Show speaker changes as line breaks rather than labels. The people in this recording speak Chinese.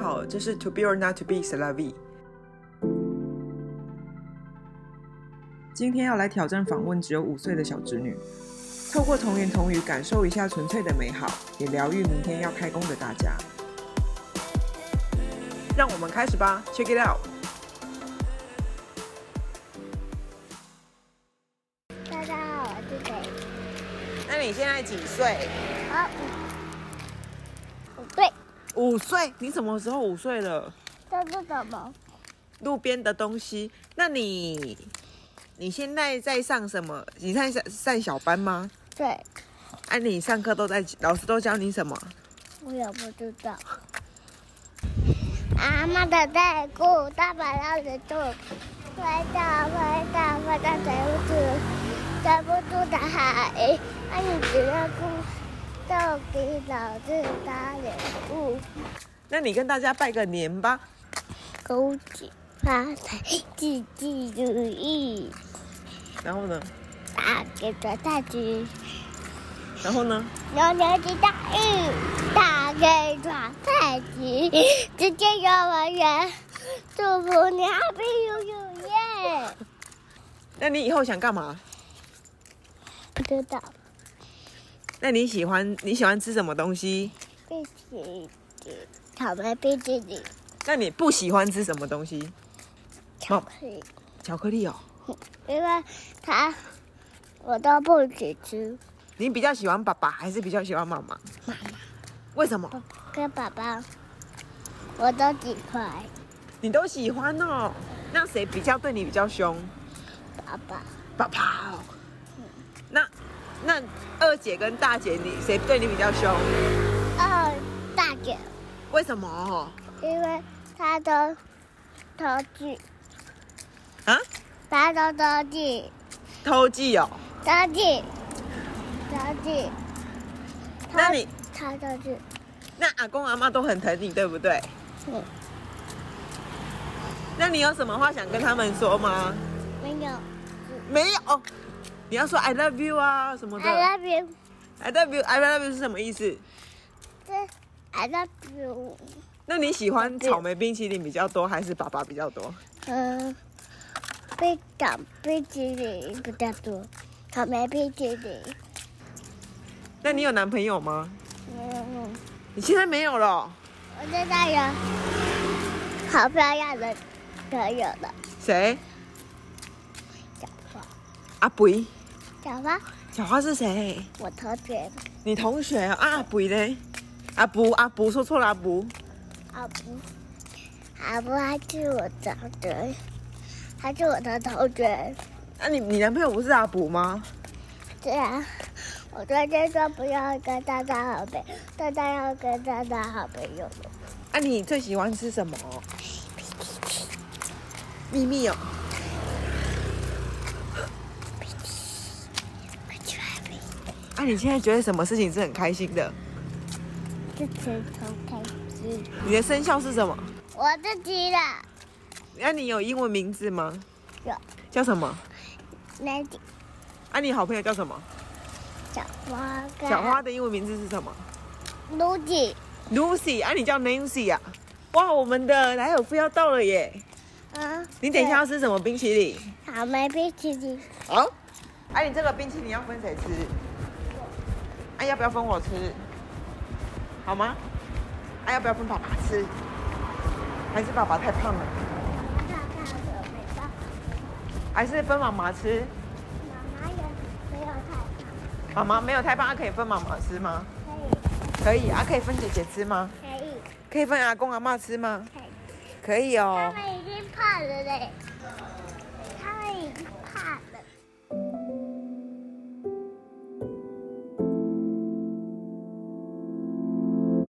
好，就是 to be or not to be is la vie。今天要来挑战访问只有五岁的小侄女，透过童言童语感受一下纯粹的美好，也疗愈明天要开工的大家。让我们开始吧，Check it out。
大家好，我是谁？
那你现在几岁？
啊，五对，
五岁？你什么时候五岁了？
这是什么？
路边的东西？那你你现在在上什么？你在上上小班吗？
对，
哎、你上课都在老师都教你什么？
我也不知道。阿妈的带裤，大白鸭子肚，快到快到快到追不住，追不住的海，阿你只要哭，到底老子打脸不？
那你跟大家拜个年吧。
恭喜发财，句句如意，
然后呢？
大吉大吉。
然后呢？
牛牛级大玉，大给转太极，直接幼儿园，祝福你 happy 又又耶！
那你以后想干嘛？
不知道
那你喜欢你喜欢吃什么东西？
冰淇淋，草莓冰淇淋，
那你不喜欢吃什么东西？哦
巧克力，
巧克力哦。
因为它我都不许吃。
你比较喜欢爸爸还是比较喜欢妈妈？妈妈。为什么？
跟爸爸，我都几块，
你都喜欢哦。那谁比较对你比较凶？
爸爸
爸爸哦。那那二姐跟大姐你谁对你比较凶？
二大姐，
为什么？哦？
因为他都偷去，
啊？
他都偷去。
偷技哦。
着急，着急。
那你
他着急，
那阿公阿妈都很疼你，对不对？
嗯，
那你有什么话想跟他们说吗？
没有。
没有。哦你要说 I love you 啊什么的。
I love you，
I love you，I love you 是什么意思？
这 I love you。
那你喜欢草莓冰淇淋比较多，还是爸爸比较多？
嗯，被长冰淇淋不太多，草莓冰淇淋。
那你有男朋友吗？
嗯，
你现在没有了哦？
我现在有好漂亮的朋友了，
谁？
小花，
阿肥。
小花，
小花是谁？
我同学
你同学啊？啊阿肥嘞？阿布阿布说错了，阿布。
阿布，阿布他是我的同学，他是我的同学。
那、你你男朋友不是阿布吗？
对啊，我昨天说不要跟大家好朋友，大家要跟大家好朋友了。
啊，你最喜欢吃什么？秘密哦。
快去外面，
啊，你现在觉得什么事情是很开心的？
自己从开始，
你的生肖是什么？
我自己的
那、你有英文名字吗？
有
叫什么？
那几
啊，你好朋友叫什么？
小花跟
小花的英文名字是什么
l u
？Lucy，啊，你叫 Nancy 啊？哇，我们的来友夫要到了耶！
嗯，
你等一下要吃什么冰淇淋？
对，草莓冰淇淋，
好、哦，哎、啊，你这个冰淇淋要分谁吃？哎、啊，要不要分我吃？好吗？哎、啊，要不要分爸爸吃？还是爸爸太胖了？
看看有没有？
还是分妈妈吃？
妈妈也
妈妈没
没有太
有太胖，啊可以分妈妈吃吗？
可以
可以啊，可以分姐姐吃吗？
可以
可以分阿公阿妈吃吗？
可
可
以，
以哦
他。们已经胖了嘞，